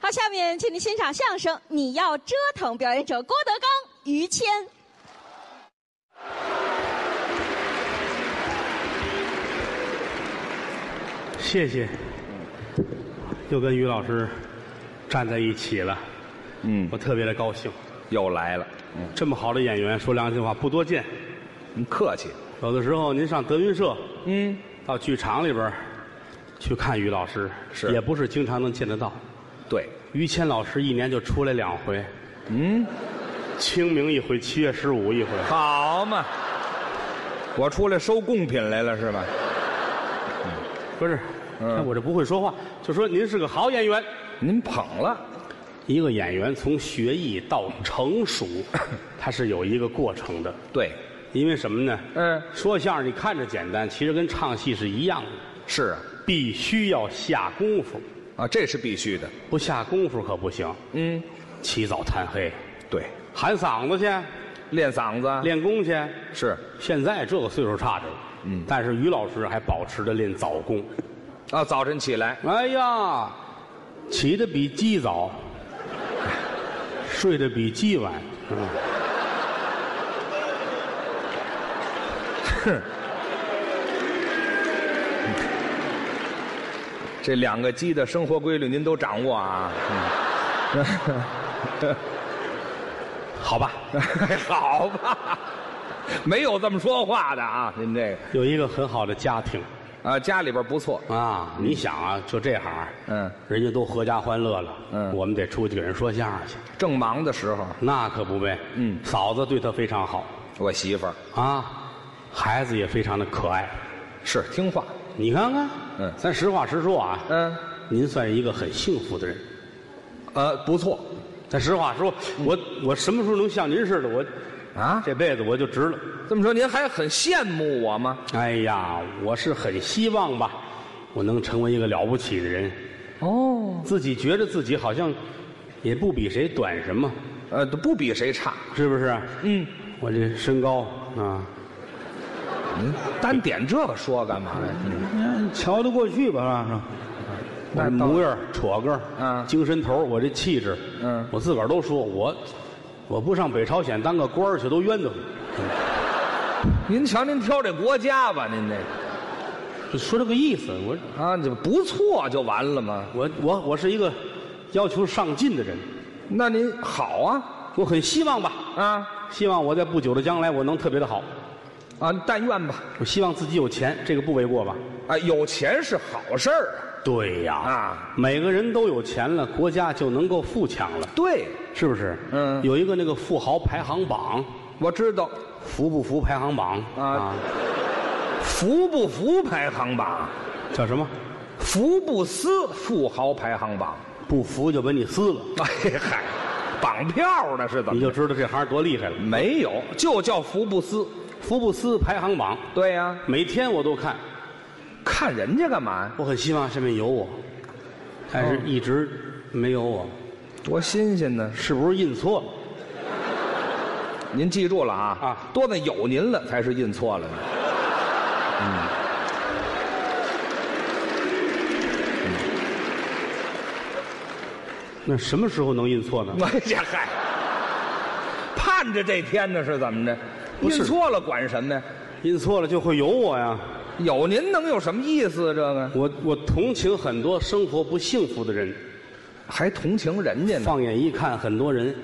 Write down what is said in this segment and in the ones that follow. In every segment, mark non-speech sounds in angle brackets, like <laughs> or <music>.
好，下面请您欣赏相声《你要折腾》，表演者郭德纲、于谦。谢谢，又跟于老师站在一起了，嗯我，特别的高兴。又来了，这么好的演员，说良心话不多见。您客气，有的时候您上德云社，嗯，到剧场里边儿去看于老师，是也不是经常能见得到。对，于谦老师一年就出来两回，嗯，清明一回，七月十五一回。好嘛，我出来收贡品来了是吧？不是，哎嗯看我这不会说话，就说您是个好演员。您捧了，一个演员从学艺到成 <laughs> 熟，他是有一个过程的。对，因为什么呢？嗯说相声你看着简单，其实跟唱戏是一样的，是啊，必须要下功夫，啊，这是必须的，不下功夫可不行。嗯，起早贪黑，对，喊嗓子去，练嗓子练功去。是现在这个岁数差着了，嗯，但是于老师还保持着练早功。啊，早晨起来哎呀，起得比鸡早， <laughs> 睡得比鸡晚。嗯这两个鸡的生活规律您都掌握啊？ <laughs> 好吧，好吧，没有这么说话的啊，您这个有一个很好的家庭啊，家里边不错，啊，你想啊，就这行，嗯，人家都阖家欢乐了，嗯我们得出去给人说相声去，正忙的时候，那可不呗，嗯嫂子对他非常好我媳妇儿啊，孩子也非常的可爱，是听话，你看看，嗯咱实话实说啊，嗯，您算是一个很幸福的人，呃，不错咱实话说，嗯我我什么时候能像您似的，我啊。这辈子我就值了。这么说您还很羡慕我吗？哎呀，我是很希望吧，我能成为一个了不起的人，哦，自己觉得自己好像也不比谁短什么，呃，都不比谁差。是不是？嗯，我这身高啊，您单点这个说干嘛呀？嗯瞧得过去吧？是吧？我这那倒模样儿、戳个儿，嗯精神头儿，我这气质，嗯我自个儿都说我，我不上北朝鲜当个官儿去都冤得慌，您瞧您挑这国家吧，您这就说这个意思。我啊，这不错就完了吗？我我我是一个要求上进的人，那您好啊我很希望吧，啊希望我在不久的将来我能特别的好。啊！但愿吧，我希望自己有钱，这个不为过吧？啊，有钱是好事儿啊。对呀，啊每个人都有钱了，国家就能够富强了，对，是不是？嗯有一个那个富豪排行榜，我知道，服不服排行榜啊服不服排行榜，叫什么？服不思富豪排行榜。不服就把你撕了，哎嗨，绑票呢是怎你么？就知道这行多厉害了。没有，就叫服不思。福布斯排行榜，对呀、每天我都看，看人家干嘛呀？我很希望上面有我，但是一直没有我，多新鲜呢！是不是印错了？您记住了啊啊多的有您了才是印错了呢。那什么时候能印错呢？ <laughs> 哎呀嗨，盼着这天呢是怎么着？不是印错了管什么呀？印错了就会有我呀。有您能有什么意思啊？这个我我同情很多生活不幸福的人，还同情人家呢？放眼一看，很多人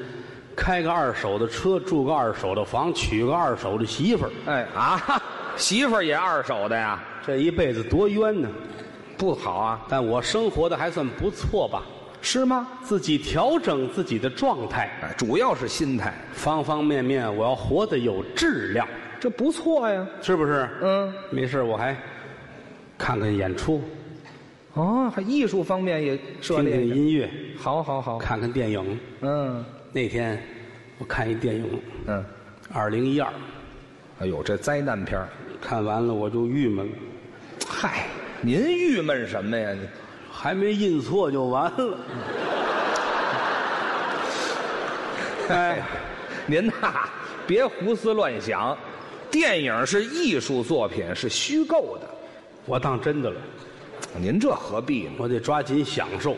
开个二手的车，住个二手的房，娶个二手的媳妇儿，哎啊， <laughs> 媳妇儿也二手的呀，这一辈子多冤呢。不好啊？但我生活的还算不错吧，是吗？自己调整自己的状态，哎，主要是心态，方方面面，我要活得有质量，这不错呀。是不是？嗯，没事儿我还看看演出，哦，还艺术方面也涉听听猎着。音乐，好好好，看看电影。嗯那天我看一电影嗯， 《二零一二》，哎呦，这灾难片儿看完了我就郁闷了。嗨，您郁闷什么呀？你还没印错就完了。哎， <laughs> 您呐、别胡思乱想，电影是艺术作品，是虚构的。我当真的了，您这何必呢？我得抓紧享受。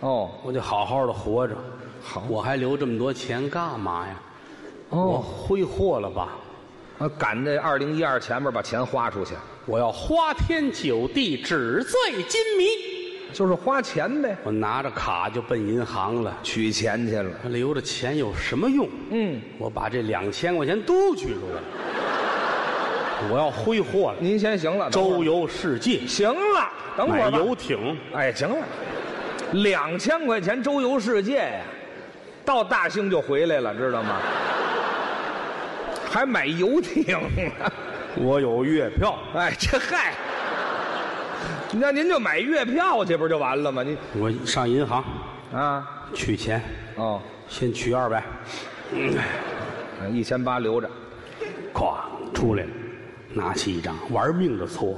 哦，我得好好的活着。好我还留这么多钱干嘛呀？我哦，挥霍了吧，啊赶这二零一二前面把钱花出去，我要花天酒地，纸醉金迷。就是花钱呗，我拿着卡就奔银行了，取钱去了。留着钱有什么用？嗯，我把这两千块钱都取出来了，我要挥霍了，您先行了，等会儿周游世界，行了，等会买儿吧。游艇，哎，行了，两千块钱周游世界呀，到大兴就回来了，知道吗？ <laughs> 还买游艇呢，我有月票，哎，这嗨，那您就买月票去不就完了吗？您我上银行啊，取钱，哦，哎先取二百，一千八留着咵出来了，拿起一张，玩命的搓。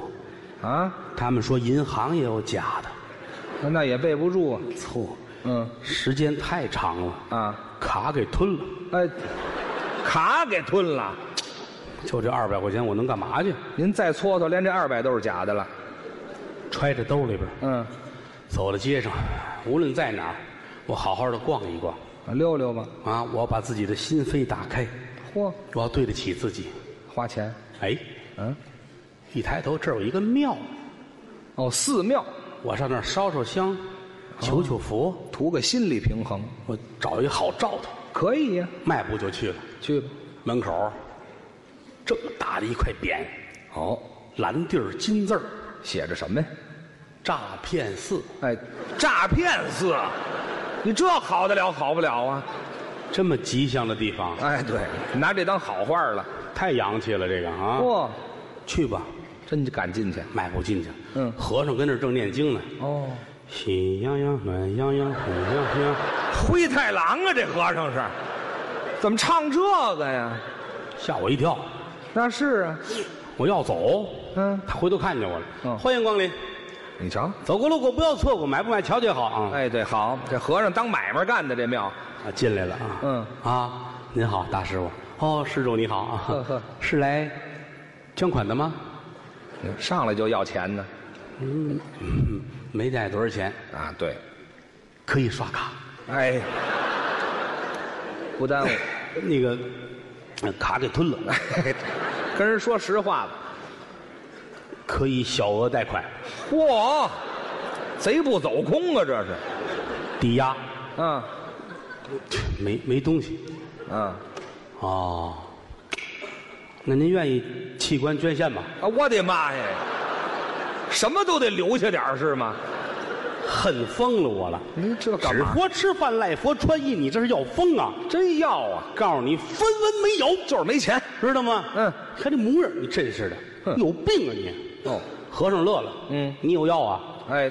啊，他们说银行也有假的，那也备不住啊，搓，嗯时间太长了，啊，卡给吞了，哎，卡给吞了，就这二百块钱我能干嘛去？您再搓搓，连这二百都是假的了，揣着兜里边，嗯，走到街上，无论在哪儿，我好好的逛一逛。溜溜吧，啊，我要把自己的心扉打开，嚯，我要对得起自己。花钱，哎，嗯，一抬头，这儿有一个庙，哦，寺庙。我上那儿烧烧香，求求佛，图个心理平衡，我找一好兆头，可以呀、迈步就去了。去吧。门口这么大的一块匾，好，蓝地儿金字儿，写着什么呀？诈骗寺。哎，诈骗寺，你这好得了好不了啊？这么吉祥的地方，哎，对，拿这当好话了。太洋气了，这个啊哇、，去吧，真敢进去。迈步进去。嗯和尚跟那儿正念经呢，哦，喜洋洋，暖洋洋，暖洋洋，灰太狼啊，这和尚是，怎么唱这个呀？吓我一跳。那是啊，我要走，嗯他回头看见我了，嗯欢迎光临，你瞧，走过路过不要错过，买不买瞧瞧好啊。哎，对，好，这和尚当买卖干的这庙，啊，进来了啊，嗯啊，您好，大师傅，哦，施主你好啊，呵呵是来捐款的吗？嗯上来就要钱呢。嗯，没带多少钱，啊，对，可以刷卡，哎，不 <laughs> 耽误。那个呃卡给吞 <laughs> 了，跟人说实话吧，可以小额贷款，嚯，贼不走空啊，这是，抵押，嗯没没东西，嗯啊，哦，那您愿意器官捐献吗？啊我的妈呀，什么都得留下点儿是吗？恨疯了我了。您这只？活吃饭赖佛穿衣，你这是要疯啊！真要啊，告诉你，分文没有，就是没钱。知道吗？嗯看这模样，你真是的，哼有病啊你！哦，和尚乐了，嗯你有药啊？哎，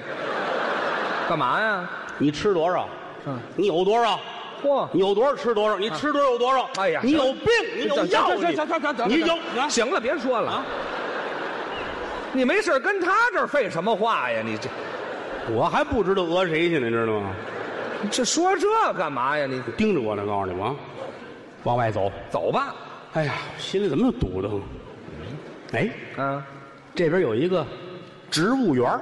干嘛呀？你吃多少？嗯，你有多少？嚯，你有多少吃多少？你吃多少有多少？哎呀你有病，你有药啊，行行行行行，等你等有等行了，别说了啊。！你没事跟他这儿废什么话呀？你这我还不知道讹谁去呢，知道吗？你这说这干嘛呀？你盯着我呢，告诉你啊，往外走。走吧。哎呀，心里怎么就堵得慌？哎，啊，这边有一个植物园儿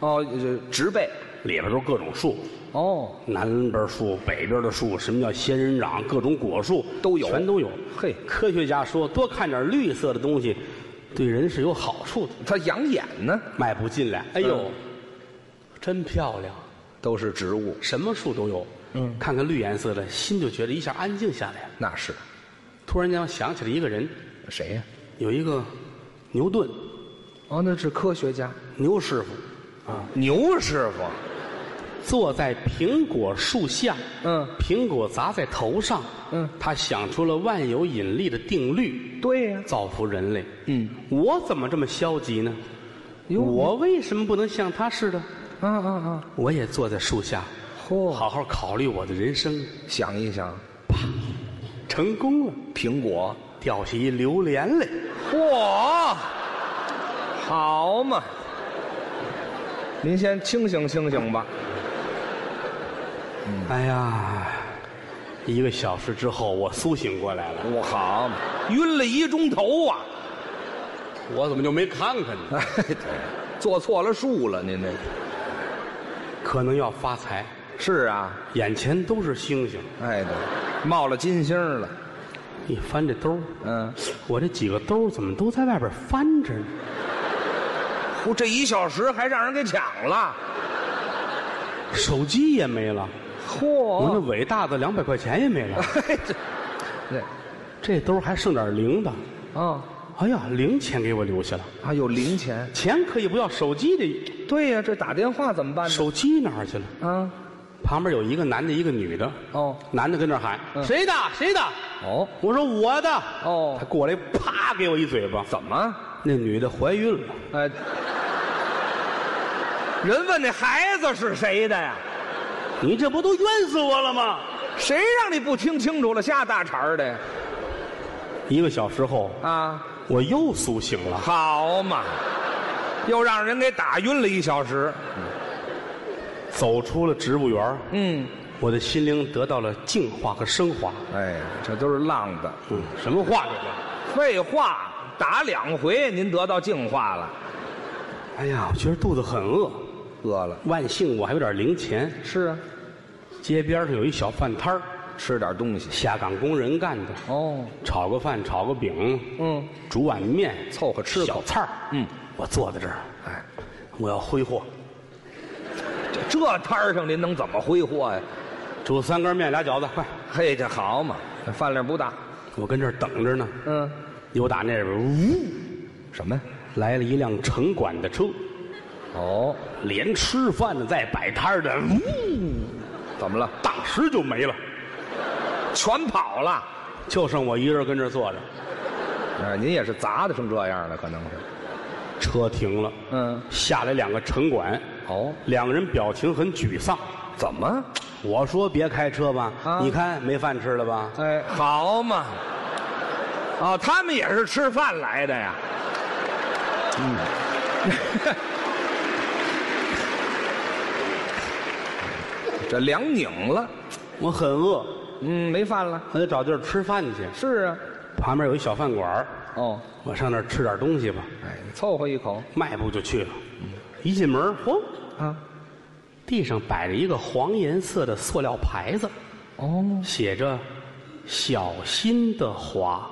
哦，这植被。里边都是各种树，哦，南边树、北边的树，什么叫仙人掌，各种果树都有全都有。嘿科学家说，多看点绿色的东西，对人是有好处的。它养眼呢，迈步进来，哎呦，嗯真漂亮，都是植物，什么树都有。嗯，看看绿颜色的，心就觉得一下安静下来了。那是突然间，我想起了一个人，谁呀、有一个牛顿，哦，那是科学家牛师傅，牛师傅。坐在苹果树下，嗯苹果砸在头上，嗯他想出了万有引力的定律，对呀、造福人类。嗯，我怎么这么消极呢？哟我为什么不能像他似的？啊啊啊！我也坐在树下，嚯、好好考虑我的人生，想一想，成功了，苹果，掉下一榴莲来，嚯、好嘛！您先清醒清醒吧。哎呀，一个小时之后我苏醒过来了，我好嘛，晕了一钟头啊！我怎么就没看看 <laughs> 呢？哎，对，坐错了树了，您这可能要发财，是啊，眼前都是星星。哎对，冒了金星了，一翻这兜儿，嗯，我这几个兜儿怎么都在外边翻着呢？呼，这一小时还让人给抢了，手机也没了，我那嚯，伟大的两百块钱也没了，嘿这，对，这兜儿还剩点零的。啊，哎呀，零钱给我留下了，还有零钱，钱可以不要，手机得，对呀、这打电话怎么办呢？手机哪儿去了？啊，旁边有一个男的，一个女的。哦，男的跟那儿喊：“嗯谁的？谁的？”哦，我说：“我的。”哦他过来，啪给我一嘴巴。怎么？那女的怀孕了，哎，人问那孩子是谁的呀？你这不都冤死我了吗？谁让你不听清楚了，瞎大茬儿的呀？一个小时后，啊，我又苏醒了。好嘛，又让人给打晕了一小时。走出了植物园，嗯，我的心灵得到了净化和升华。哎，这都是浪的。嗯，什么话这叫？废话，打两回您得到净化了，哎呀，我觉得肚子很饿，饿了。万幸我还有点零钱。是啊，街边上有一小饭摊儿，吃点东西。下岗工人干的，哦，炒个饭，炒个饼，嗯，煮碗面，凑合吃口小菜儿。嗯，我坐在这儿，哎，我要挥霍，这这摊儿上您能怎么挥霍呀、煮三根面俩饺子，快！嘿，这好嘛，这饭量不大。我跟这儿等着呢。嗯，有打那边，呜，什么呀？来了一辆城管的车，哦，连吃饭的带摆摊儿的，呜，怎么了？当时就没了，全跑了。就剩我一人跟这儿坐着。啊，您也是砸的成这样了，可能是。车停了，嗯，下来两个城管，哦，两个人表情很沮丧。怎么？我说别开车吧，啊你看没饭吃了吧？哎，好嘛。哦，他们也是吃饭来的呀。嗯。这凉拧了，我很饿，嗯，没饭了。我得找地儿吃饭去。是啊。旁边有一小饭馆儿哦，我上那儿吃点东西吧。哎，凑合一口迈步就去了，一进门，嚯，啊。地上摆着一个黄颜色的塑料牌子，哦，写着“小心的滑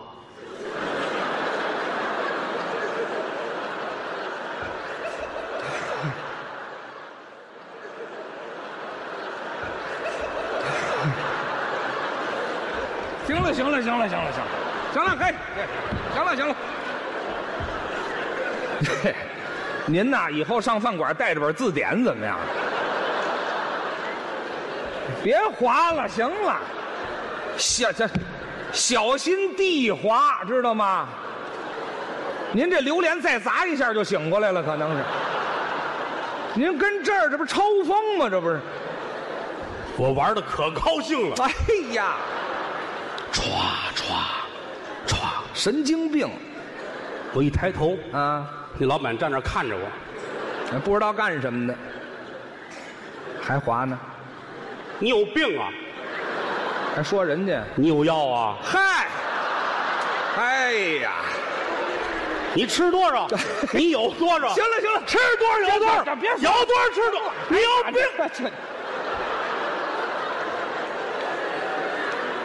行了，行了，行了，行了，行了，行了，嘿，行了，行了。嘿您呐，以后上饭馆带着本字典怎么样？别划了，行了，小这小心地滑，知道吗？您这榴莲再砸一下就醒过来了，可能是。您跟这儿这不是抽风吗？这不是？”，我玩的可高兴了，哎呀，歘歘歘，神经病我一抬头，啊！那老板站那儿看着我，不知道干什么的，还滑呢，你有病啊，还说人家，你有药啊，嗨，哎呀，你吃多少， <laughs> 你有多少，行了行了，吃多少有多少，别别别有多少吃多少，你有病。病！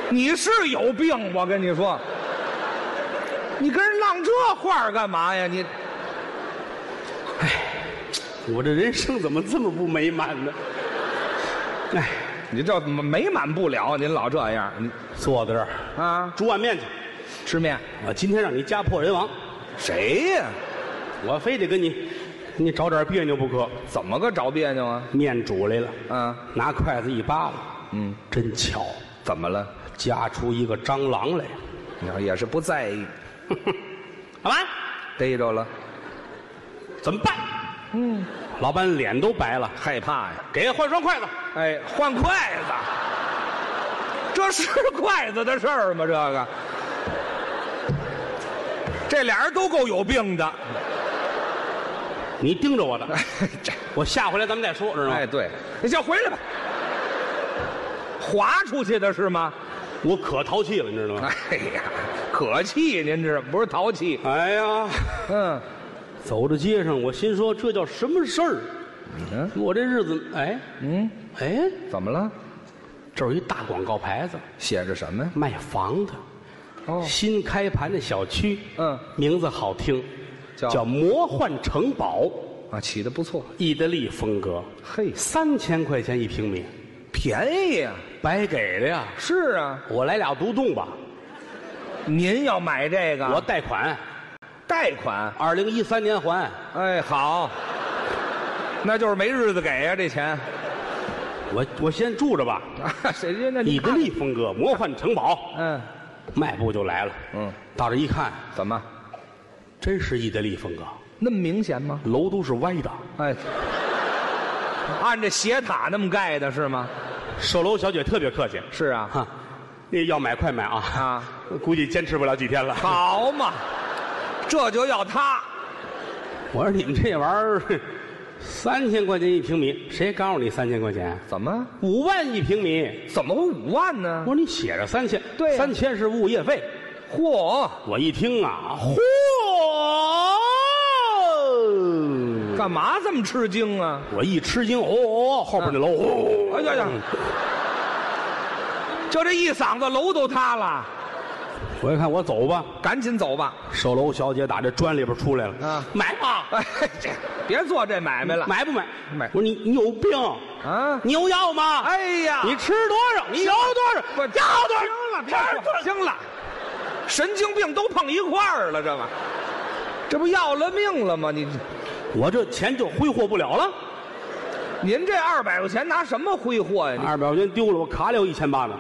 你是有病，我跟你说，你跟人浪这话儿干嘛呀？你我这人生怎么这么不美满呢？哎，你这美满不了，您老这样，你坐在这儿啊，煮碗面去。吃面我今天让你家破人亡，谁呀？我非得跟你，你找点别扭不可。怎么个找别扭啊？面煮来了，啊，拿筷子一扒拉，嗯，真巧，怎么了？夹出一个蟑螂来。你看也是不在意，老板，逮着了。怎么办？嗯，老板脸都白了，害怕呀！给换双筷子。哎，换筷子，这是筷子的事儿吗？这个，这俩人都够有病的。 <laughs> 你盯着我的，这，我下回来咱们再说，知道吗？哎，对，你先回来吧。划出去的是吗？我可淘气了，你知道吗？哎呀，可气！您这不是淘气？哎呀，嗯，走到街上，我心说这叫什么事儿？嗯我这日子，哎嗯，哎，怎么了？这儿有一大广告牌子，写着什么呀？卖房的，哦，新开盘的小区，嗯名字好听，叫魔幻城堡，啊，起的不错，意大利风格，嘿三千块钱一平米，便宜呀。白给的呀！是啊，我来俩独栋吧，您要买这个，我贷款，贷款。二零一三年还。哎，好，那就是没日子给呀、这钱。 <laughs> 我我先住着吧，啊，谁家那意大利风格，魔幻城堡，嗯迈步就来了。嗯，到这一看，怎么真是意大利风格，那么明显吗？楼都是歪的。哎，按这斜塔那么盖的是吗？售楼小姐特别客气，是啊，哈，那要买快买啊！啊，估计坚持不了几天了。好嘛，这就要它。我说你们这玩意儿，哼三千块钱一平米，谁告诉你三千块钱？怎么五万一平米。怎么会五万我呢？说你写着三千，对呀三千是物业费。嚯，我一听啊，嚯！干嘛这么吃惊啊？我一吃惊，哦哦，哦后边那楼，哦哎呀呀！就这一嗓子，楼都塌了，我一看，我走吧。赶紧走吧！售楼小姐打这砖里边出来了，啊买吧，哎，这别做这买卖了。买不买？买我说你你有病，啊！你有药吗？哎呀，你吃多少？你有多少？不要多少？行了，别说了行了，神经病都碰一块儿了，这玩意儿这不要了命了吗？你我这钱就挥霍不了了，您这二百块钱拿什么挥霍呀？二百块钱丢了，我卡里有一千八呢。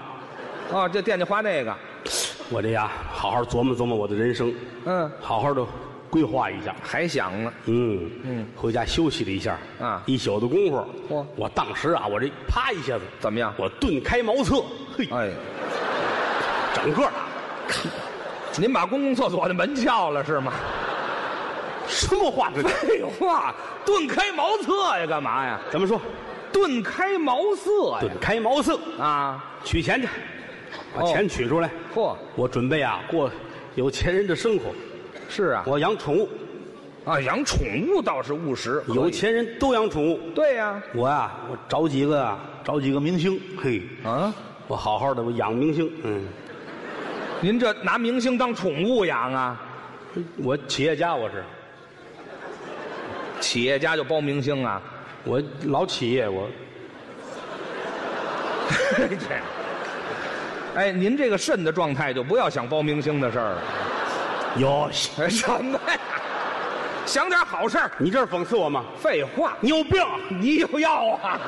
你啊，这惦记花那个，我这呀，好好琢磨琢磨我的人生，嗯，好好的规划一下。还想呢，嗯嗯，回家休息了一下啊一宿的功夫，嚯我当时啊，我这啪一下子，怎么样？我顿开茅厕，嘿，哎，整个啊您把公共厕所的门撬了是吗？ <laughs> 什么话这叫？废话，顿开茅厕呀，干嘛呀？怎么说？顿开茅塞顿开茅塞，呀！啊，取钱去，把哦钱取出来。嚯，我准备啊，过有钱人的生活。是啊，我养宠物，啊，养宠物倒是务实，可以有钱人都养宠物。对呀，我啊，我找几个啊，找几个明星，嘿，啊，我好好的我养明星，嗯，您这拿明星当宠物养啊？我企业家我是，企业家就包明星啊？ <laughs> 我老企业我，哎，您这个肾的状态就不要想包明星的事儿了。 <laughs> 有，哎什么呀？想点好事儿。你这是讽刺我吗？废话，你有病，你有药啊？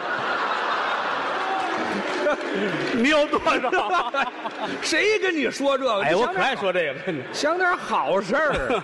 你有 <laughs> 多少？哎谁跟你说这个？哎，我想可点爱说这个，真的。想点好事 <laughs> 儿啊。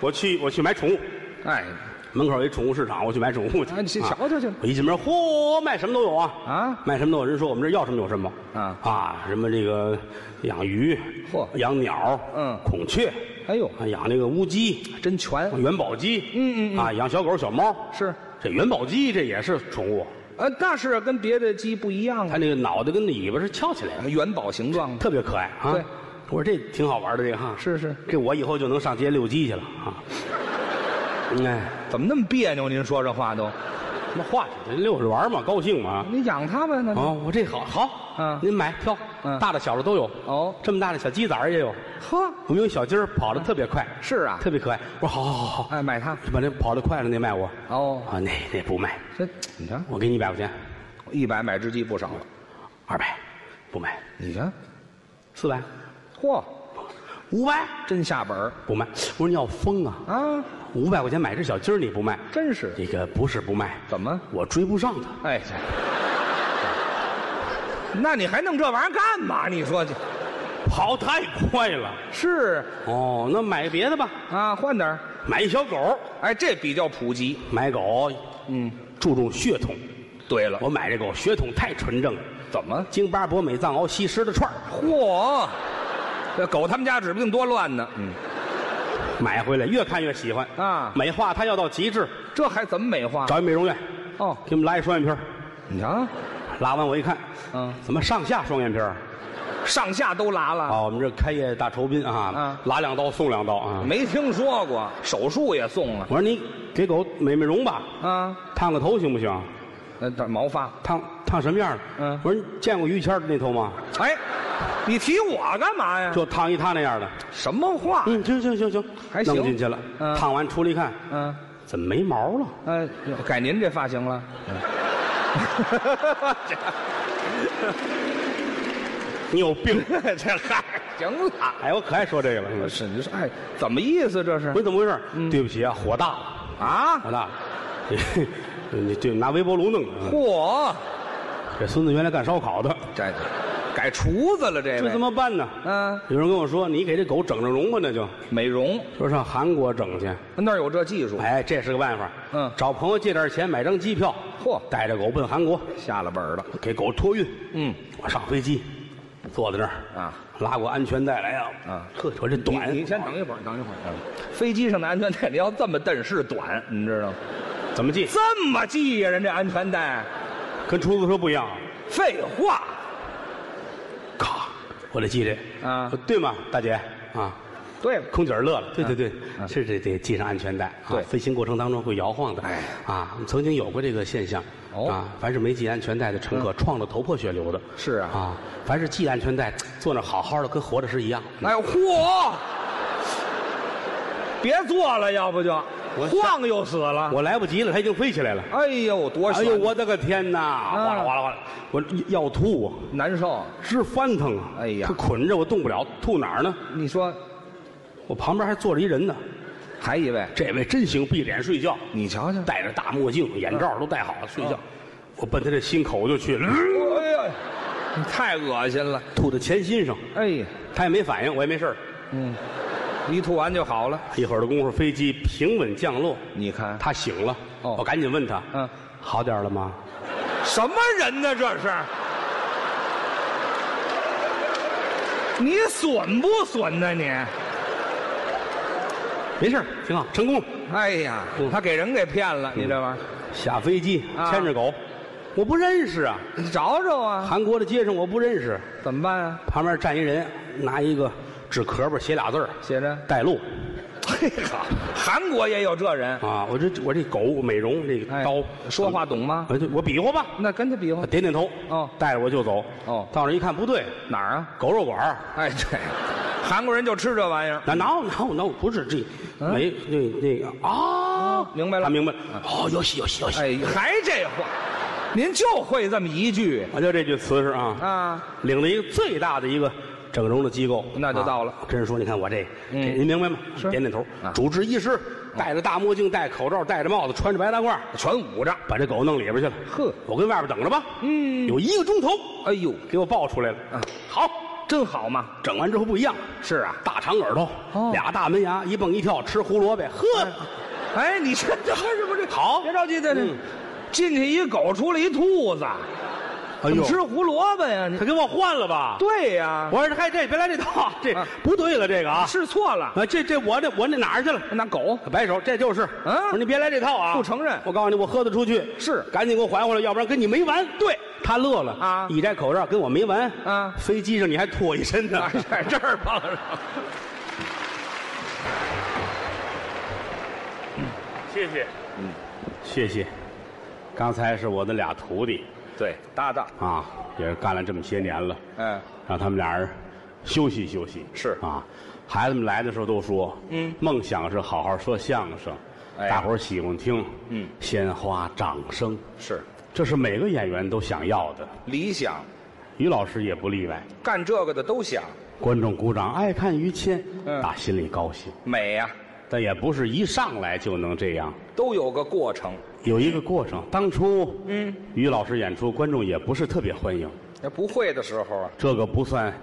我去，我去买宠物，哎，门口有一宠物市场，我去买宠物去。啊你去啊瞧瞧去我一进门，嚯，卖什么都有啊！啊卖什么都有。人说我们这儿要什么有什么。啊啊，什么这个养鱼，嚯养鸟，嗯孔雀，哎呦啊养那个乌鸡，真全元宝鸡，嗯嗯嗯啊，养小狗小猫。是。这元宝鸡这也是宠物，呃，那是跟别的鸡不一样它啊，那个脑袋跟尾巴是翘起来的，元宝 <laughs> 形状的。特别可爱啊。对，我说这挺好玩的这个哈。是是，这我以后就能上街遛鸡去了啊。 <laughs> 哎，怎么那么别扭？您说这话都？那话遛着玩嘛，高兴嘛。啊你养它们呢？哦，我这好好，嗯您买挑，嗯大的小的都有，哦这么大的小鸡崽儿也有，呵，我们有小鸡儿跑得特别快，是啊特别可爱。我说好好好好，哎，买它。把那跑得快了那卖我，哦，啊，那那不卖，这你看，我给你一百块钱，一百买只鸡不少了。二百，不卖，你看，四百，嚯，五百真下本儿不卖。我说你要疯啊，啊！五百块钱买只小鸡儿你不卖，真是这个不是不卖，怎么？我追不上它。哎，这那你还弄这玩意儿干嘛？你说去跑太快了。是哦，那买别的吧，啊，换点儿。买一小狗，哎，这比较普及。买狗嗯，注重血统。对了，我买这狗血统太纯正了，怎么？京巴、博美、藏獒、西施的串儿嚯，这狗他们家指不定多乱呢。嗯，买回来，越看越喜欢啊美化它要到极致，这还怎么美化？找一美容院，哦，给我们拉一双眼皮儿你瞧，拉完我一看，嗯怎么上下双眼皮儿上下都拉了，啊？我们这开业大酬宾啊，啊拉两刀送两刀啊。没听说过。手术也送了，我说你给狗美美容吧，啊，烫个头行不行？那这毛发，烫烫什么样儿？嗯我说你见过于谦儿的那头吗？哎，你提我干嘛呀？就烫一他那样的。什么话？嗯，行行行行，啊还行弄进去了。嗯烫完出来一看，嗯，怎么没毛了？呃，改您这发型了。你有病！ <laughs> 这嗨，行了。哎，我可爱说这个了。是嗯你说，哎，怎么意思这不是？是怎么回事？对不起啊，火大了，啊，火大了。 <laughs> 你你对拿微波炉弄的，啊嚯，这孙子原来干烧烤的，这改厨子了这这位怎？么办呢？哎嗯，有人跟我说，你给这狗整整容吧，那就美容说上韩国整去。那儿有这技术，哎，这是个办法。嗯找朋友借点钱买张机票，嚯带着狗奔韩国，下了本儿了。给狗托运。嗯，我上飞机，坐在那儿啊，拉过安全带来啊，啊呵，我这短，你你先等一会儿，等一会儿。嗯飞机上的安全带，你要这么蹬是短，你知道吗？怎么系？这么系呀，人这安全带，跟出租车不一样啊，废话。咔，我得系这，啊我对吗，大姐啊？对，空姐儿乐了，对对对，嗯是得得系上安全带啊。对飞行过程当中会摇晃的，哎啊，我们曾经有过这个现象，哦嗯啊，凡是没系安全带的乘客，撞得头破血流的，是啊啊，凡是系安全带，坐那好好的，跟活着是一样。哎嚯，别坐了，要不就我晃悠死了。我来不及了，它已经飞起来了。哎呦，多哎悬呦，我的个天哪！哗啦哗啦哗啦，我要吐我难受。直翻腾啊！哎呀它捆着我动不了，吐哪儿呢？你说我旁边还坐着一人呢，还一位，这位真行，闭着眼睡觉，你瞧瞧，戴着大墨镜，眼罩都戴好了，睡觉。嗯我奔他这心口就去了，哎呀，你太恶心了！吐到前心上，哎呀，他也没反应，我也没事儿嗯，一吐完就好了。一会儿的功夫，飞机平稳降落，你看他醒了，哦我赶紧问他，嗯，好点儿了吗？什么人呢？这是？你损不损呢？你？没事儿，挺好，成功了。哎呀，他给人给骗了，你这玩意儿，下飞机啊牵着狗，我不认识啊，你找找啊，韩国的街上我不认识，怎么办啊？旁边站一人，拿一个纸壳吧，写俩字儿写着，带路嘿好，韩国也有这人。啊。我这我这狗美容这个哎刀，说话懂吗？哎，对我比划吧，那跟他比划我点点头，哦带着我就走。哦到那儿一看不对，哪儿啊？狗肉馆儿，哎，对，韩国人就吃这玩意儿。那 no 嗯 no no，不是这没那那个啊，明白了他明白了。哦，有戏有戏有戏，嗯哎，还这话，您就会这么一句我就这句词是啊，啊？领了一个最大的一个整容的机构，那就到了啊跟人说，你看我这，嗯这您明白吗？是点点头啊。嗯主治医师戴着大墨镜，戴口罩，戴着帽子，穿着白大褂，全捂着。把这狗弄里边去了。呵我跟外边等着吧。嗯有一个钟头，哎呦，给我抱出来了。啊好，真好嘛！整完之后不一样，是啊，大长耳朵，哦俩大门牙，一蹦一跳，吃胡萝卜，呵，哎，你这这什么这？好别着急，在这嗯进去一狗，出来一兔子，哎怎么呦，吃胡萝卜呀？你他给我换了吧？对呀，我说，嗨，这别来这套，这啊不对了，这个啊，是错了，啊，这这我这我那哪儿去了？那狗摆手，这就是。嗯我说你别来这套啊！不承认我告诉你，我喝得出去。是赶紧给我还回来，要不然跟你没完。对，他乐了啊一摘口罩跟我没完啊飞机上你还吐我一身呢。哎在这儿碰上。谢谢，嗯，谢谢。刚才是我的俩徒弟对，搭档，啊，也是干了这么些年了，嗯，让他们俩人休息休息。是啊，孩子们来的时候都说，嗯，梦想是好好说相声，哎大伙儿喜欢听，嗯，鲜花掌声。是这是每个演员都想要的，理想，于老师也不例外。干这个的都想观众鼓掌，爱看于谦，嗯打心里高兴，美呀，但也不是一上来就能这样，都有个过程，有一个过程。当初，嗯，于老师演出，观众也不是特别欢迎，那不会的时候啊，这个不算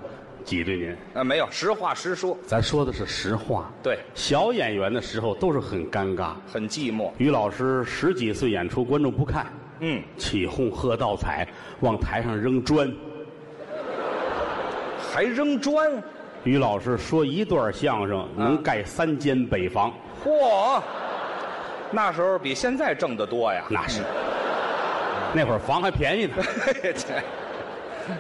挤兑您，啊，没有，实话实说，咱说的是实话。对，小演员的时候都是很尴尬。很寂寞，于老师十几岁演出，观众不看，嗯，起哄喝倒彩，往台上扔砖。还扔砖，于老师说一段相声能盖三间北房，嚯，那时候比现 <laughs> 在挣得多呀，那是。那会儿房还便宜呢，嘿这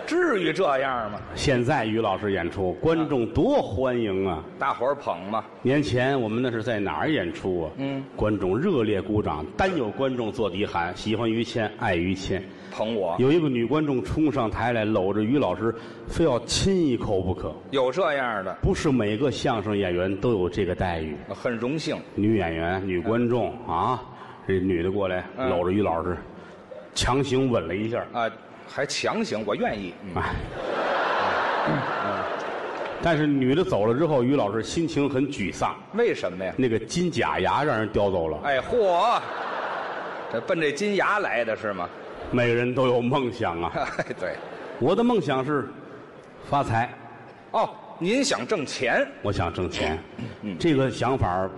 至于这样吗？现在于老师演出，观众多欢迎啊！大伙儿捧嘛，年前我们那是在哪儿演出啊？嗯，观众热烈鼓掌，单有观众做底喊，喜欢于谦，爱于谦。捧我有一个女观众冲上台来，搂着于老师，非要亲一口不可。有这样的，不是每个相声演员都有这个待遇。很荣幸。女演员、女观众啊，这女的过来嗯搂着于老师，强行吻了一下。啊，还强行，我愿意。嗯哎，嗯但是女的走了之后，于老师心情很沮丧，为什么呀？那个金假牙让人叼走了。哎，嚯，这奔这金牙来的是吗？ <laughs> 每个人都有梦想啊，哎，对。我的梦想是发财，哦，您想挣钱我想挣钱。嗯这个想法儿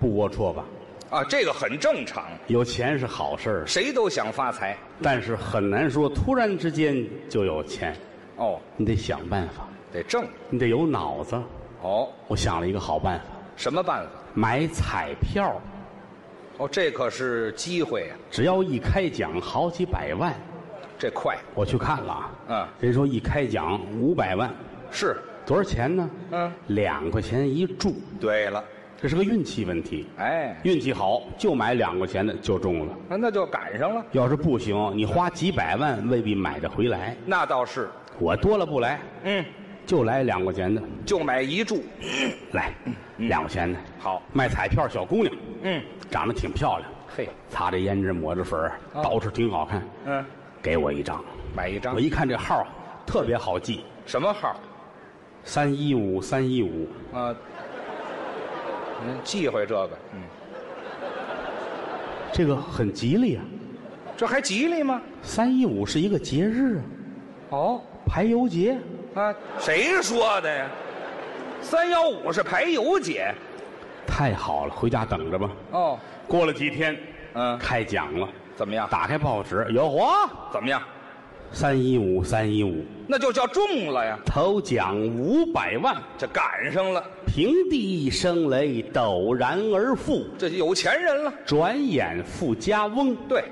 不龌龊吧？啊，这个很正常，有钱是好事儿，谁都想发财。但是很难说突然之间就有钱，哦，你得想办法，得挣。你得有脑子。哦，我想了一个好办法，什么办法？买彩票，哦，这可是机会呀、只要一开奖好几百万。这快我去看了啊，嗯人说一开奖五百万，是。多少钱呢？嗯，两块钱一注，对了，这是个运气问题。哎，运气好就买两块钱的就中了，那那就赶上了。要是不行，你花几百万未必买得回来。那倒是，我多了不来，嗯，就来两块钱的，就买一注，来两块钱的。好卖彩票小姑娘，嗯，长得挺漂亮，嘿，擦着胭脂抹着粉儿，捯饬挺好看。嗯，给我一张，买一张我一看这号儿特别好记，什么号？三一五三一五。啊，嗯，忌讳这个，嗯，这个很吉利啊。这还吉利吗？三一五是一个节日啊，哦，排油节。啊，谁说的呀？三幺五是排油节太好了，回家等着吧。哦，过了几天，嗯开奖了，怎么样？打开报纸，有嚯，怎么样？三一五三一五，那就叫中了呀，头奖五百万，这赶上了，平地一声雷，陡然而富，这有钱人了。转眼富家翁。对，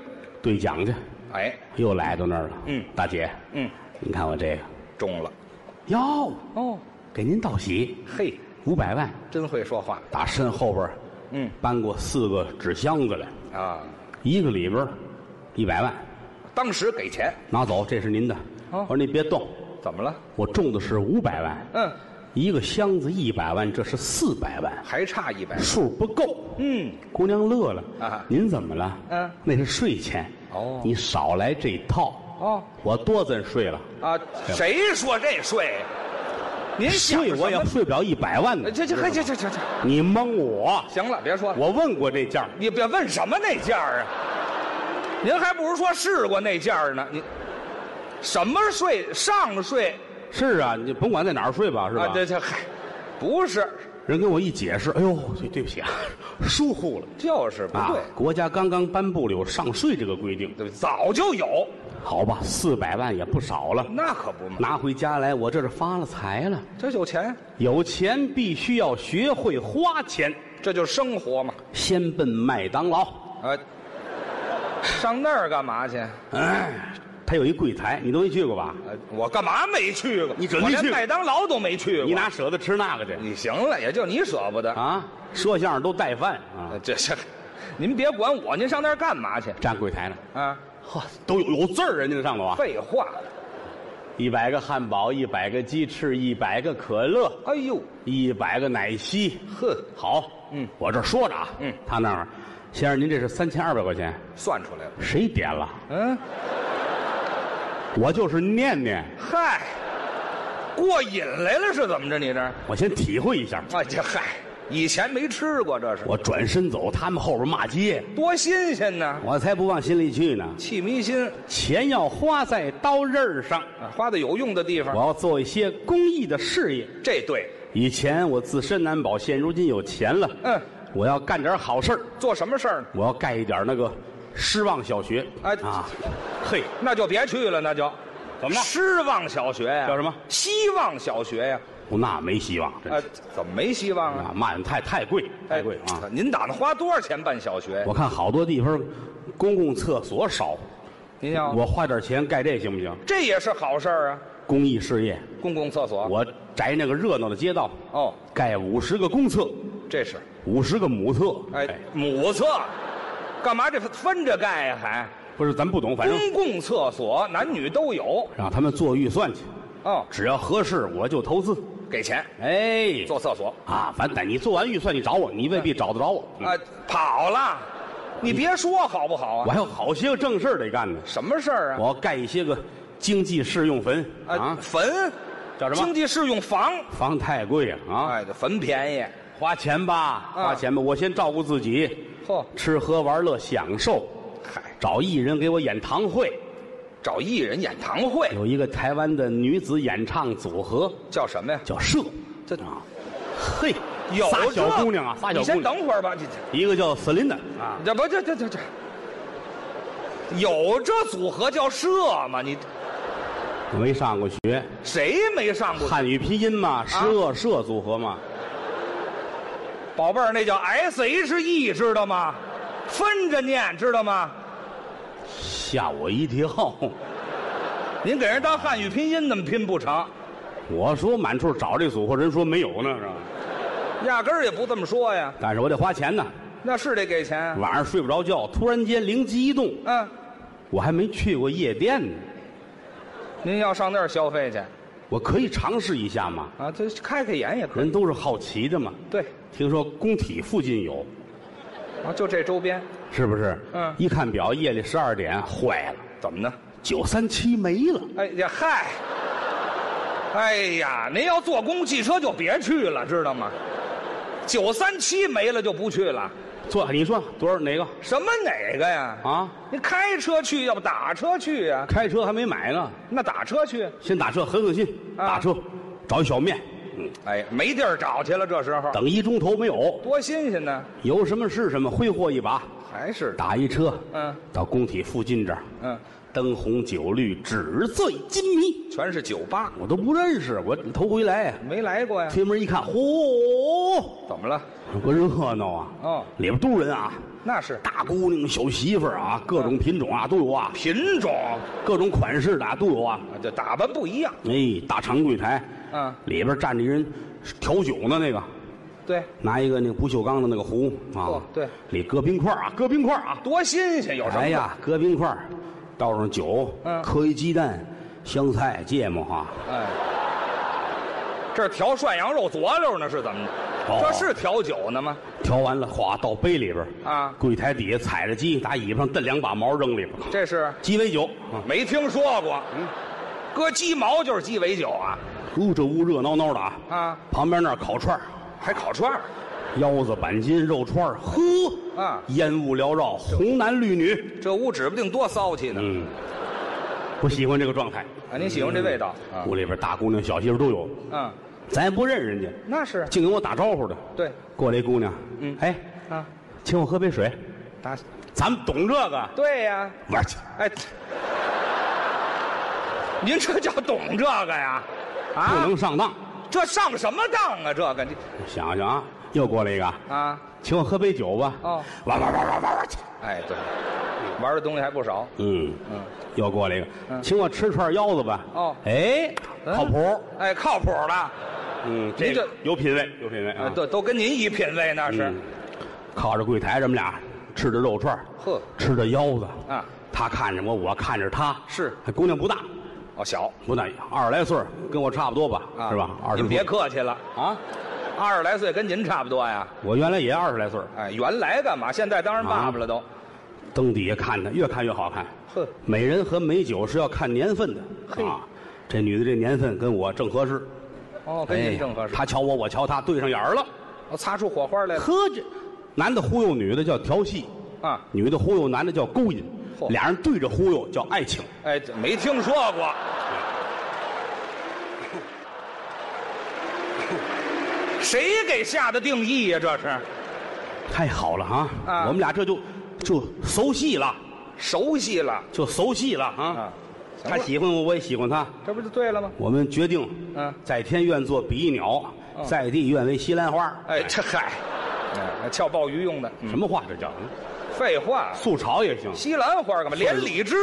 兑奖去，哎，又来到那儿了。嗯大姐，嗯，您看我这个，中了。哟，哦，给您道喜，嘿，五百万，真会说话。打身后边儿嗯搬过四个纸箱子来。啊，一个里边一百万当时给钱，拿走，这是您的。哦我说你别动，怎么了？我中的是五百万，嗯，一个箱子一百万，这是四百万，还差一百。数不够。嗯，姑娘乐了啊您怎么了？嗯那是税钱。哦你少来这一套。哦，我多咱税了，啊，谁说这税？您想税我也什么呃税不了一百万呢。这这知道这吗这这这，你蒙我，行了，别说了，我问过这价儿，你别问什么那价儿啊，啊您还不如说试过那价儿呢。你什么税？上税是啊，你甭管在哪儿税吧，是啊吧？？这这嗨，不是，人跟我一解释，哎呦，对对不起啊，疏忽了。就是不啊 <laughs> 对，，国家刚刚颁布了有上税这个规定，对，早就有，好吧，四百万也不少了，那可不嘛，拿回家来，我这是发了财了。这有钱，有钱必须要学会花钱，这就是生活嘛。先奔麦当劳，啊，上那儿干嘛去？啊他有一柜台，你都没去过吧？呃，我干嘛没去过？你准我没去连过麦当劳都没去过。嗯你哪舍得吃那个去？你行了，也就你舍不得。啊，说相声都带饭啊呃，这这，您别管我，您上那儿干嘛去？站柜台呢，啊，呵，都有有字儿，人家上头啊，废话。一百个汉堡，一百个鸡翅，一百个可乐，哎呦，一百个奶昔，呵，好，嗯我这说着啊，嗯他那儿，先生您这是三千二百块钱，算出来了。谁点了？嗯，我就是念念，嗨，过瘾来了是怎么着？你这儿？我先体会一下。哎，这嗨，以前没吃过，这是我转身走，他们后边骂街，多新鲜呢！我才不往心里去呢。气迷心，钱要花在刀刃上，啊花在有用的地我方，要做一些公益的事业。这对。以前我自身难保，现如今有钱了，嗯，我要干点好事儿，做什么事儿呢？我要盖一点那个失望小学。哎啊，嘿，那就别去了，那就怎么了失望小学呀、叫什么希望小学呀、我那没希望，真啊是，怎么没希望啊，啊？骂人太太贵，哎太贵啊！！您打算花多少钱办小学？我看好多地方公共厕所少，您要我花点钱盖这行不行？这也是好事儿啊，公益事业，公共厕所。我宅那个热闹的街道，哦，盖五十个公厕，这是五十个母厕。哎，母厕，干嘛这分着盖呀、还不是咱不懂，反正公共厕所男女都有。让他们做预算去，哦，只要合适我就投资。给钱哎，做厕所啊，反正你做完预算你找我，你未必找得着我。嗯啊、跑了，你别说好不好我啊？还有好些个正事儿得干呢，什么事儿啊？我要盖一些个经济适用坟啊，坟叫什么经济适用房。房太贵啊啊，哎，这坟便宜。花钱吧，嗯花钱吧，我先照顾自己，嚯，吃喝玩乐享受，嗨，找艺人给我演堂会，找艺人演堂会有一个台湾的女子演唱组合叫什么呀？叫社，这啊，嘿，有仨这小姑娘啊，仨小你姑先娘，等会儿吧，这这一个叫 Selina 啊，这不这这这这，有这组合叫社吗？你我没上过学，谁没上过？汉语拼音嘛，啊社社组合嘛，宝贝儿，那叫 S H E，知道吗？分着念，知道吗？吓我一跳。您给人当汉语拼音那么拼不成，我说满处找这组合，人说没有呢，是吧？压根儿也不这么说呀。但是我得花钱呢，那是得给钱啊。晚上睡不着觉，突然间灵机一动，嗯，我还没去过夜店呢，您要上那儿消费去我可以尝试一下嘛。啊？这开开眼也可以。人都是好奇的嘛。对，听说工体附近有，啊，就这周边，是不是？嗯一看表，夜里十二点，坏了，怎么呢？九三七没了。哎呀，嗨！哎呀，您要坐公共汽车就别去了，知道吗？九三七没了就不去了，坐，你说多少哪个什么哪个呀？啊？您开车去，要不打车去呀、开车还没买呢，那打车去？先打车狠狠心，啊打车找一小面，嗯，哎，没地儿找去了，这时候等一钟头没有，多新鲜呢！有什么是什么，挥霍一把，还是打一车，嗯到工体附近这儿，嗯，灯红酒绿，纸醉金迷，全是酒吧，我都不认识，我头回来，没来过呀？推门一看，嚯，怎么了？多热闹啊！哦里边都是人啊，那是大姑娘、小媳妇儿啊，各哦种品种啊都有啊，品种啊，各种款式的啊都有啊。这打扮不一样。哎，大长柜台，嗯里边站着一人调酒呢，那个对，拿一个那个不锈钢的那个壶啊哦，对，里搁冰块儿啊，搁冰块儿啊，多新鲜，有什么？哎，呀，搁冰块儿，倒上酒，嗯磕一鸡蛋，香菜、芥末啊哈，哎，这儿调涮羊肉佐料呢，是怎么的？哦这是调酒呢吗？调完了，哗，倒杯里边儿啊柜台底下踩着鸡，打尾巴上蹬两把毛扔里边儿，这是鸡尾酒，啊没听说过。嗯搁鸡毛就是鸡尾酒啊，呜这屋热闹闹的啊，啊，旁边那儿烤串儿还烤串儿，腰子、板筋、肉串儿呵，啊烟雾缭绕，红男绿女，这屋指不定多骚气呢。嗯，不喜欢这个状态。啊，您喜欢这味道？啊屋里边大姑娘、小媳妇都有，嗯，咱也不认人家，那是净跟我打招呼的。对过来一姑娘，嗯哎，啊，请我喝杯水，打咱们懂这个，对呀、玩去。哎，您这叫懂这个呀？不啊，能上当。这上什么当啊？这个你想想啊，又过来一个，啊，请我喝杯酒吧。哦玩玩玩玩玩玩去。哎，对，玩的东西还不少。嗯嗯，又过来一个，请我吃串腰子吧。哦哎，嗯靠谱。哎，靠谱了。嗯，个您这有品位，有品位啊啊，。都都跟您一品位那是。嗯靠着柜台，这么俩吃着肉串儿呵吃着腰子啊。他看着我，我看着他。是姑娘不大，哦，小不大，二十来岁儿跟我差不多吧，啊，是吧？二十您出别客气了，啊，二十来岁跟您差不多呀。我原来也二十来岁儿，哎，原来干嘛？现在当然爸爸了啊都。灯底下看她，越看越好看。呵，美人和美酒是要看年份的嘿啊。这女的这年份跟我正合适，哦，跟您正合适哎。她瞧我，我瞧她，对上眼儿了。我擦出火花来了呵，这男的忽悠女的叫调戏，啊！女的忽悠男的叫勾引，嚯俩人对着忽悠叫爱情。哎，这没听说过。谁给下的定义呀、这是太好了啊！啊我们俩这就就熟悉了，熟悉了就熟悉了啊啊！！行他了喜欢我，我也喜欢他，这不就对了吗？我们决定，嗯在天愿做比翼鸟，嗯在地愿为西兰花。哎，这嗨，哎撬鲍鱼用的，嗯什么话这叫？废话。素炒也行，西兰花干嘛？连理枝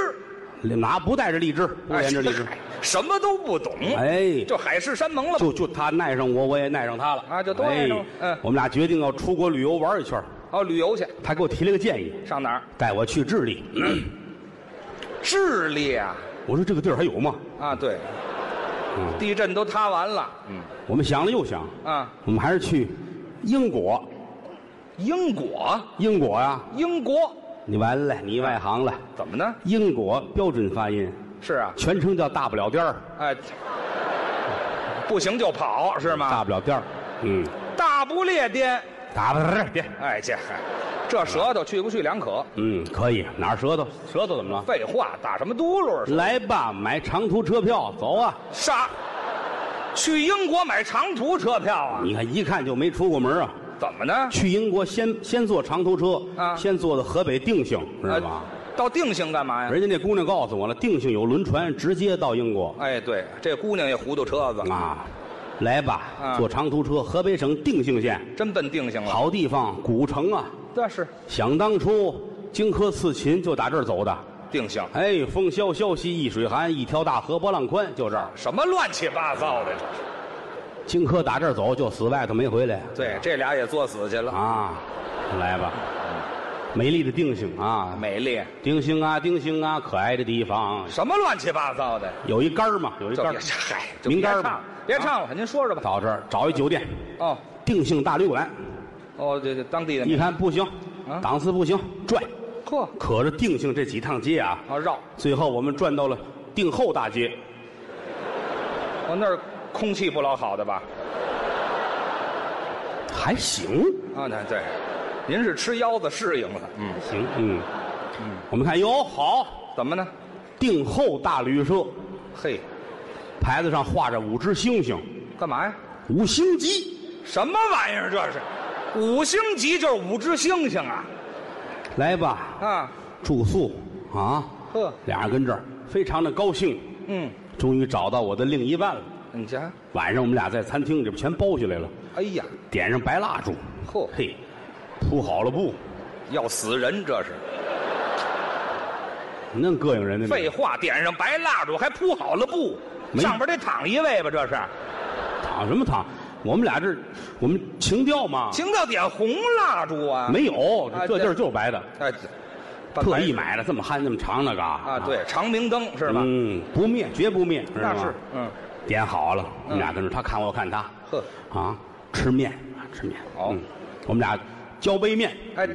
拿不带着荔枝，不连着荔枝，哎 <laughs> 什么都不懂，哎就海誓山盟了吧。 <laughs> 就就他爱上我，我也爱上他了哎啊就都爱上了嗯我们俩决定要出国旅游玩一圈儿，哦，旅游去，他给我提了个建议，上哪儿？带我去智利。智利啊，我说这个地儿还有吗？啊对，嗯地震都塌完了，我们想了又想，啊，我们还是去英国。英国，英国呀、英国你完了，你外行了。怎么呢？英国标准发音，是啊，全称叫大不了颠儿，哎，不行就跑是吗？大不了颠儿。嗯，大不列颠，大不了颠儿。哎这嗨，这舌头去不去两可？嗯，可以。哪儿舌头？舌头怎么了？废话，打什么嘟噜是？来吧，买长途车票，走啊！杀，去英国买长途车票啊？你看，一看就没出过门啊。怎么呢？去英国先先坐长途车，啊先坐到河北定兴，知道吗？哎到定兴干嘛呀？人家那姑娘告诉我了，定兴有轮船，直接到英国哎，对，这姑娘也糊涂车子，啊。来吧，啊坐长途车，河北省定兴县，真奔定兴了。好地方，古城啊。这是想当初，荆轲刺秦就打这儿走的。定兴，哎，风萧萧兮易水寒，一条大河波浪宽，就这儿。什么乱七八糟的这是？荆轲打这儿走，就死外头没回来。对，这俩也作死去了。啊，来吧，美丽的定兴啊，美丽，定兴啊，定兴啊，可爱的地方。什么乱七八糟的？有一杆儿嘛，有一这杆别儿，嗨，就明别杆儿唱吧了，别唱了，您说说吧。到这儿找一酒店，哦定兴大旅馆。哦，这这当地的一看不行啊，档次不行，拽。呵可着定兴这几趟街啊，啊绕，最后我们转到了定后大街。哦那儿空气不老好的吧？还行，啊，那对，您是吃腰子适应了，嗯，行，嗯，我们看哟，好，怎么呢？定后大旅社嘿，牌子上画着五只星星，干嘛呀？五星级。什么玩意儿这是？五星级就是五只星星啊来吧，啊！住宿啊，呵，俩人跟这儿非常的高兴，嗯，终于找到我的另一半了。你瞧，晚上我们俩在餐厅里边全包下来了，哎呀，点上白蜡烛，嚯嘿，铺好了布，要死人这是！那膈应人的废话，点上白蜡烛还铺好了布，嗯没啊上边得躺一位吧？这是躺什么躺？我们俩这我们情调嘛，情调点红蜡烛啊？没有啊，这地儿对就是白的，哎，半特白意纸买的，这么憨，这么长那个啊，啊对，长明灯是吧？嗯，不灭，绝不灭，知道那吗是，嗯，点好了，我们俩跟着他看我，我看他，呵，啊，吃面，啊吃面，好嗯，我们俩交杯面，哎，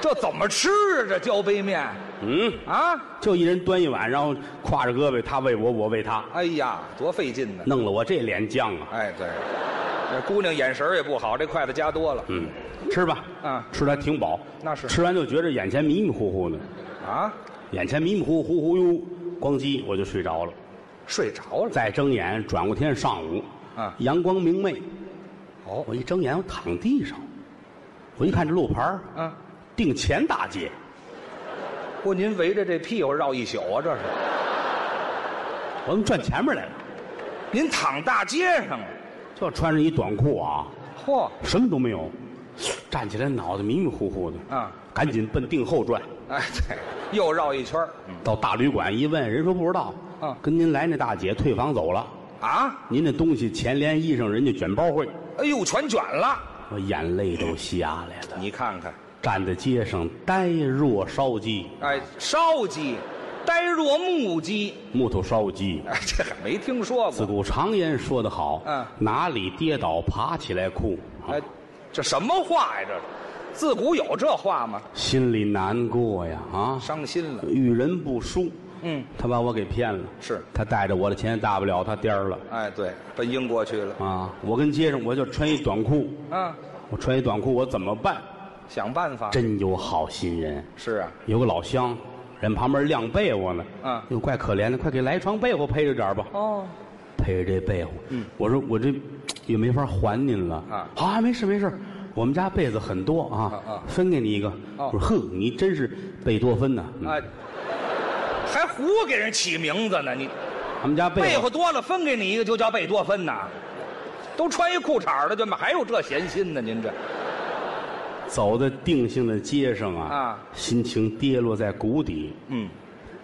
这怎么吃啊？这浇杯面嗯，啊？就一人端一碗，然后挎着胳膊，他喂我，我喂他，哎呀，多费劲呢！弄了我这脸僵啊，哎，对，这姑娘眼神儿也不好，这筷子夹多了嗯，吃吧，啊吃的还挺饱，那是吃完就觉着眼前迷迷糊糊的，啊，眼前迷迷糊糊糊哟，咣叽我就睡着了，睡着了。再睁眼转过天上午，啊阳光明媚，哦，我一睁眼我躺地上，我一看这路牌儿啊，定前大街。不，您围着这屁股绕一宿啊？这是？我们转前面来了，您躺大街上了？就穿着一短裤啊，嚯什么都没有，站起来脑袋迷迷糊糊的，啊！赶紧奔定后转。哎，对，又绕一圈儿嗯到大旅馆一问，人说不知道，啊跟您来那大姐退房走了，啊！您那东西钱连衣裳人家卷包会，哎呦，全卷了！我眼泪都下来了，你看看，站在街上呆若烧鸡，哎，烧鸡，呆若木鸡，木头烧鸡。哎，这还没听说自过。古常言说得好，嗯哪里跌倒爬起来哭，啊哎，这什么话呀？这是，自古有这话吗？心里难过呀啊，伤心了。遇人不淑，嗯，他把我给骗了，是他带着我的钱，大不了他颠儿了哎，对，奔英国去了。啊！我跟街上我就穿一短裤，啊，我穿一短裤我怎么办？想办法。真有好心人，是啊，有个老乡，人旁边晾被窝呢，嗯哟，怪可怜的，快给来一床被窝配着点儿吧，哦，配着这被窝，我说我这嘖也没法还您了嗯啊好啊，没事没事。我们家被子很多啊，啊啊分给你一个。哦我说哼，你真是贝多芬呐、嗯哎，还胡给人起名字呢。你他们家被被窝窝多了，分给你一个就叫贝多芬呐。都穿一裤衩儿的，就还有这闲心呢？您这走在定性的街上啊，啊心情跌落在谷底。嗯，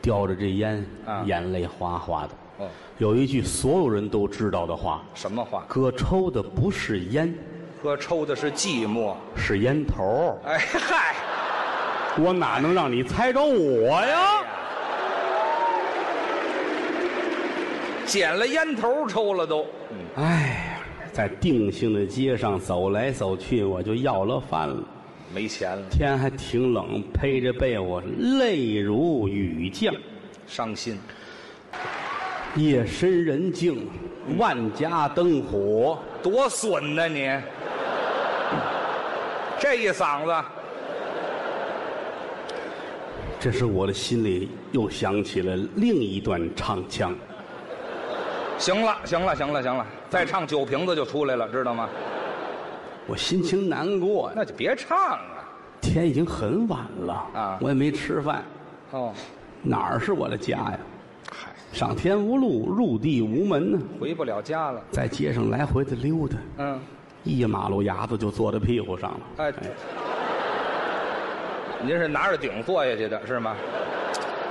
叼着这烟，啊眼泪哗哗的。哦，有一句所有人都知道的话什么话：“？哥抽的不是烟，哥抽的是寂寞。是烟头儿。哎嗨，”我哪能让你猜着我呀？捡了烟头抽了都。哎，在定兴的街上走来走去，我就要了饭了。没钱了，天还挺冷，披着被我泪如雨降。伤心。夜深人静，万家灯火，多损呐、你！这一嗓子，这时我的心里又想起了另一段唱腔。行了，行了，行了，行了，再唱酒瓶子就出来了，知道吗？我心情难过呀，那就别唱了。天已经很晚了啊我也没吃饭，哦，哪儿是我的家呀？嗨，上天无路，入地无门呢，回不了家了。在街上来回的溜达，嗯，一马路牙子就坐在屁股上了。哎，您是拿着顶坐下去的是吗？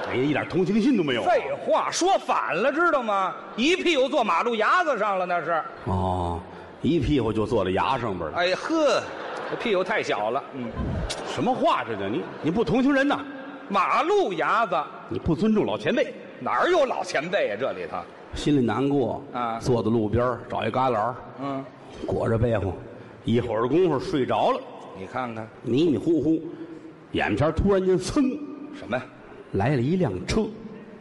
哎呀，一点同情心都没有啊。废话，说反了，知道吗？一屁股坐马路牙子上了，那是。哦，一屁股就坐在牙上边了。哎呵，这屁股太小了。嗯，什么话这叫你？你不同情人呐？马路牙子你不尊重老前辈，哪儿有老前辈呀、这里头，心里难过啊坐在路边儿找一旮旯儿，嗯，裹着被子，一会儿功夫睡着了，你看看迷迷糊糊，眼前突然间噌什么呀？来了一辆车，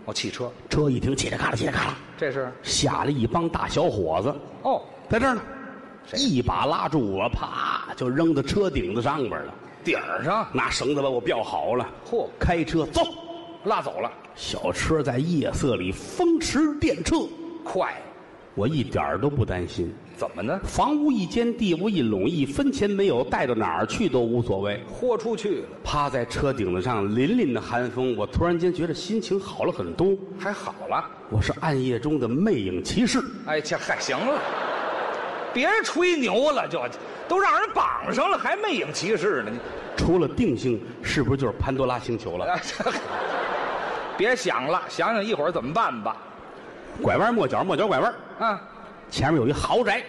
哦，汽车，车一停，嘁哩咔啦，嘁哩咔啦，这是下来一帮大小伙子，哦，在这儿呢，谁一把拉住我，啪就扔到车顶子上边了，顶儿上拿绳子把我吊好了，嚯开车走。拉走了，小车在夜色里风驰电掣，快，我一点儿都不担心。怎么呢？房屋一间，地无一垄，一分钱没有，带到哪儿去都无所谓。豁出去了，趴在车顶子上，凛凛的寒风，我突然间觉得心情好了很多。还好了。我是暗夜中的魅影骑士，哎，这嗨，行了，别吹牛了，就都让人绑上了，还魅影骑士呢，你除了定性，是不是就是潘多拉星球了？哎这别想了，想想一会儿怎么办吧。拐弯抹角，抹角拐弯，啊，前面有一豪宅，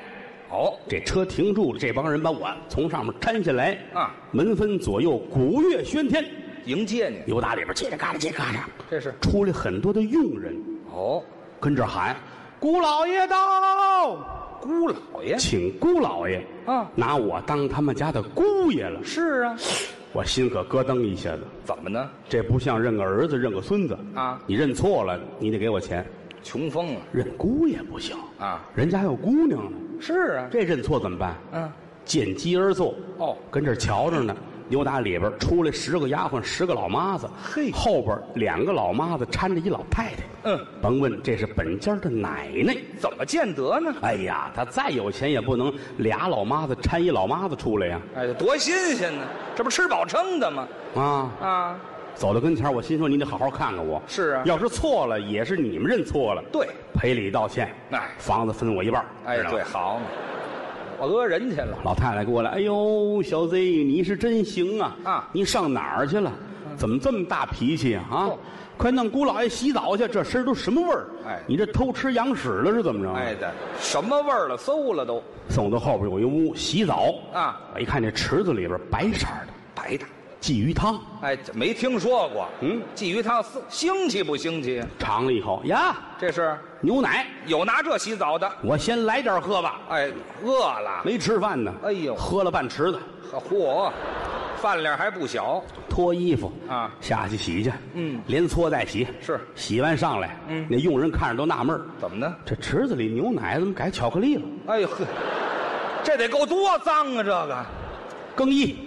哦，这车停住了，这帮人把我从上面搀下来啊门分左右，鼓乐喧天，迎接你，由打里边叽里嘎啦叽里嘎啦，这是出来很多的佣人哦，跟这儿喊：“姑老爷到！”姑老爷请姑老爷啊拿我当他们家的姑爷了，是啊，我心可咯噔一下子。怎么呢？这不像认个儿子认个孙子啊你认错了，你得给我钱。穷疯了认姑爷不行，啊，人家有姑娘呢，是啊，这认错怎么办？嗯，见机而坐，哦，跟这儿瞧着呢。扭打里边出来十个丫鬟，十个老妈子，嘿后边两个老妈子搀着一老太太。嗯，甭问，这是本家的奶奶。怎么见得呢？哎呀，他再有钱也不能俩老妈子搀一老妈子出来呀、哎，多新鲜呢！这不吃饱撑的吗？啊，啊，走到跟前儿，我心说你得好好看看我。是啊要是错了，也是你们认错了，对，赔礼道歉。哎房子分我一半儿，哎知，道吗对，。好嘛，我讹人去了。老太太过来，哎呦，小 Z，你是真行啊！啊嗯你上哪儿去了？怎么这么大脾气啊？啊哦快弄姑老爷洗澡去，这身儿都什么味儿？哎你这偷吃羊屎了是怎么着？啊哎，的，什么味儿了？馊了都，送我到后边有一屋洗澡啊，我一看这池子里边白色儿的白的。鲫鱼汤，哎，这没听说过。嗯，鲫鱼汤腥腥气不腥气？尝了一口呀，这是牛奶，有拿这洗澡的。我先来点儿喝吧。哎，饿了。没吃饭呢，哎呦喝了半池子，嚯，饭量还不小。脱衣服啊下去洗去，嗯连搓带洗，是洗完上来，嗯那佣人看着都纳闷儿怎么呢？这池子里牛奶怎么改巧克力了？哎呦呵，这得够多脏啊！这个，更衣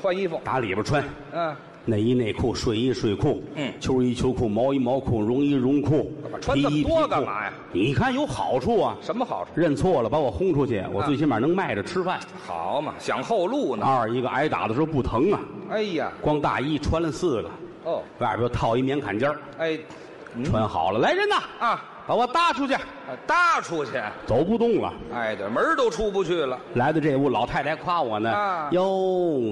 换衣服。打里边穿，嗯，内衣内裤、睡衣睡裤，嗯秋衣秋裤、毛衣毛裤、绒衣绒裤，穿这么皮衣多皮裤干嘛呀？你看有好处啊，什么好处？认错了把我轰出去，我啊嗯最起码能卖着吃饭。好嘛，想后路呢。二一个挨打的时候不疼啊，哎呀，光大衣穿了四个，哦，外边又套一棉坎肩儿哎，嗯穿好了，来人呐！啊，把我搭出去，啊搭出去，走不动了。哎，对，门儿都出不去了。来到这屋，老太太夸我呢啊。哟，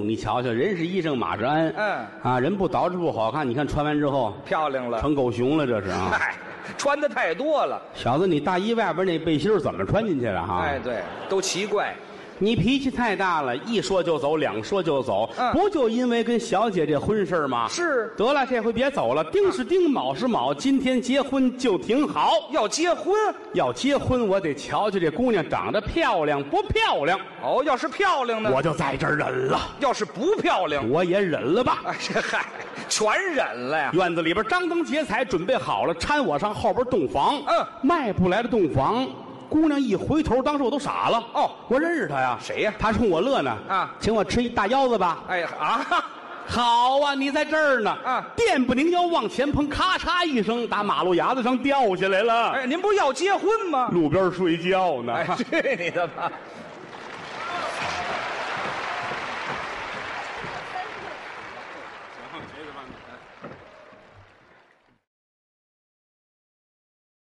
你瞧瞧，人是医生，马是鞍。嗯啊，人不捯饬不好看，你看穿完之后漂亮了，成狗熊了，这是 <laughs> 啊。哎，穿的太多了，小子，你大衣外边那背心儿怎么穿进去的哈？哎，对，都奇怪，你脾气太大了，一说就走，两说就走，嗯不就因为跟小姐这婚事儿吗？是得了，这回别走了，丁是丁，卯是卯，今天结婚就挺好。要结婚要结婚，我得瞧瞧这姑娘长得漂亮不漂亮，哦，要是漂亮呢，我就在这儿忍了，要是不漂亮，我也忍了吧。哎，这嗨，全忍了呀， <laughs> 院子里边张灯结彩，准备好了，搀我上后边洞房。嗯迈步来到洞房，姑娘一回头，当时我都傻了。哦我认识她呀，谁呀她冲我乐呢。啊请我吃一大腰子吧。哎啊，好啊，你在这儿呢。啊电不宁腰往前碰，咔嚓一声，打马路牙子上掉下来了。哎哎，您不要结婚吗？路边睡觉呢。哎，去你的吧！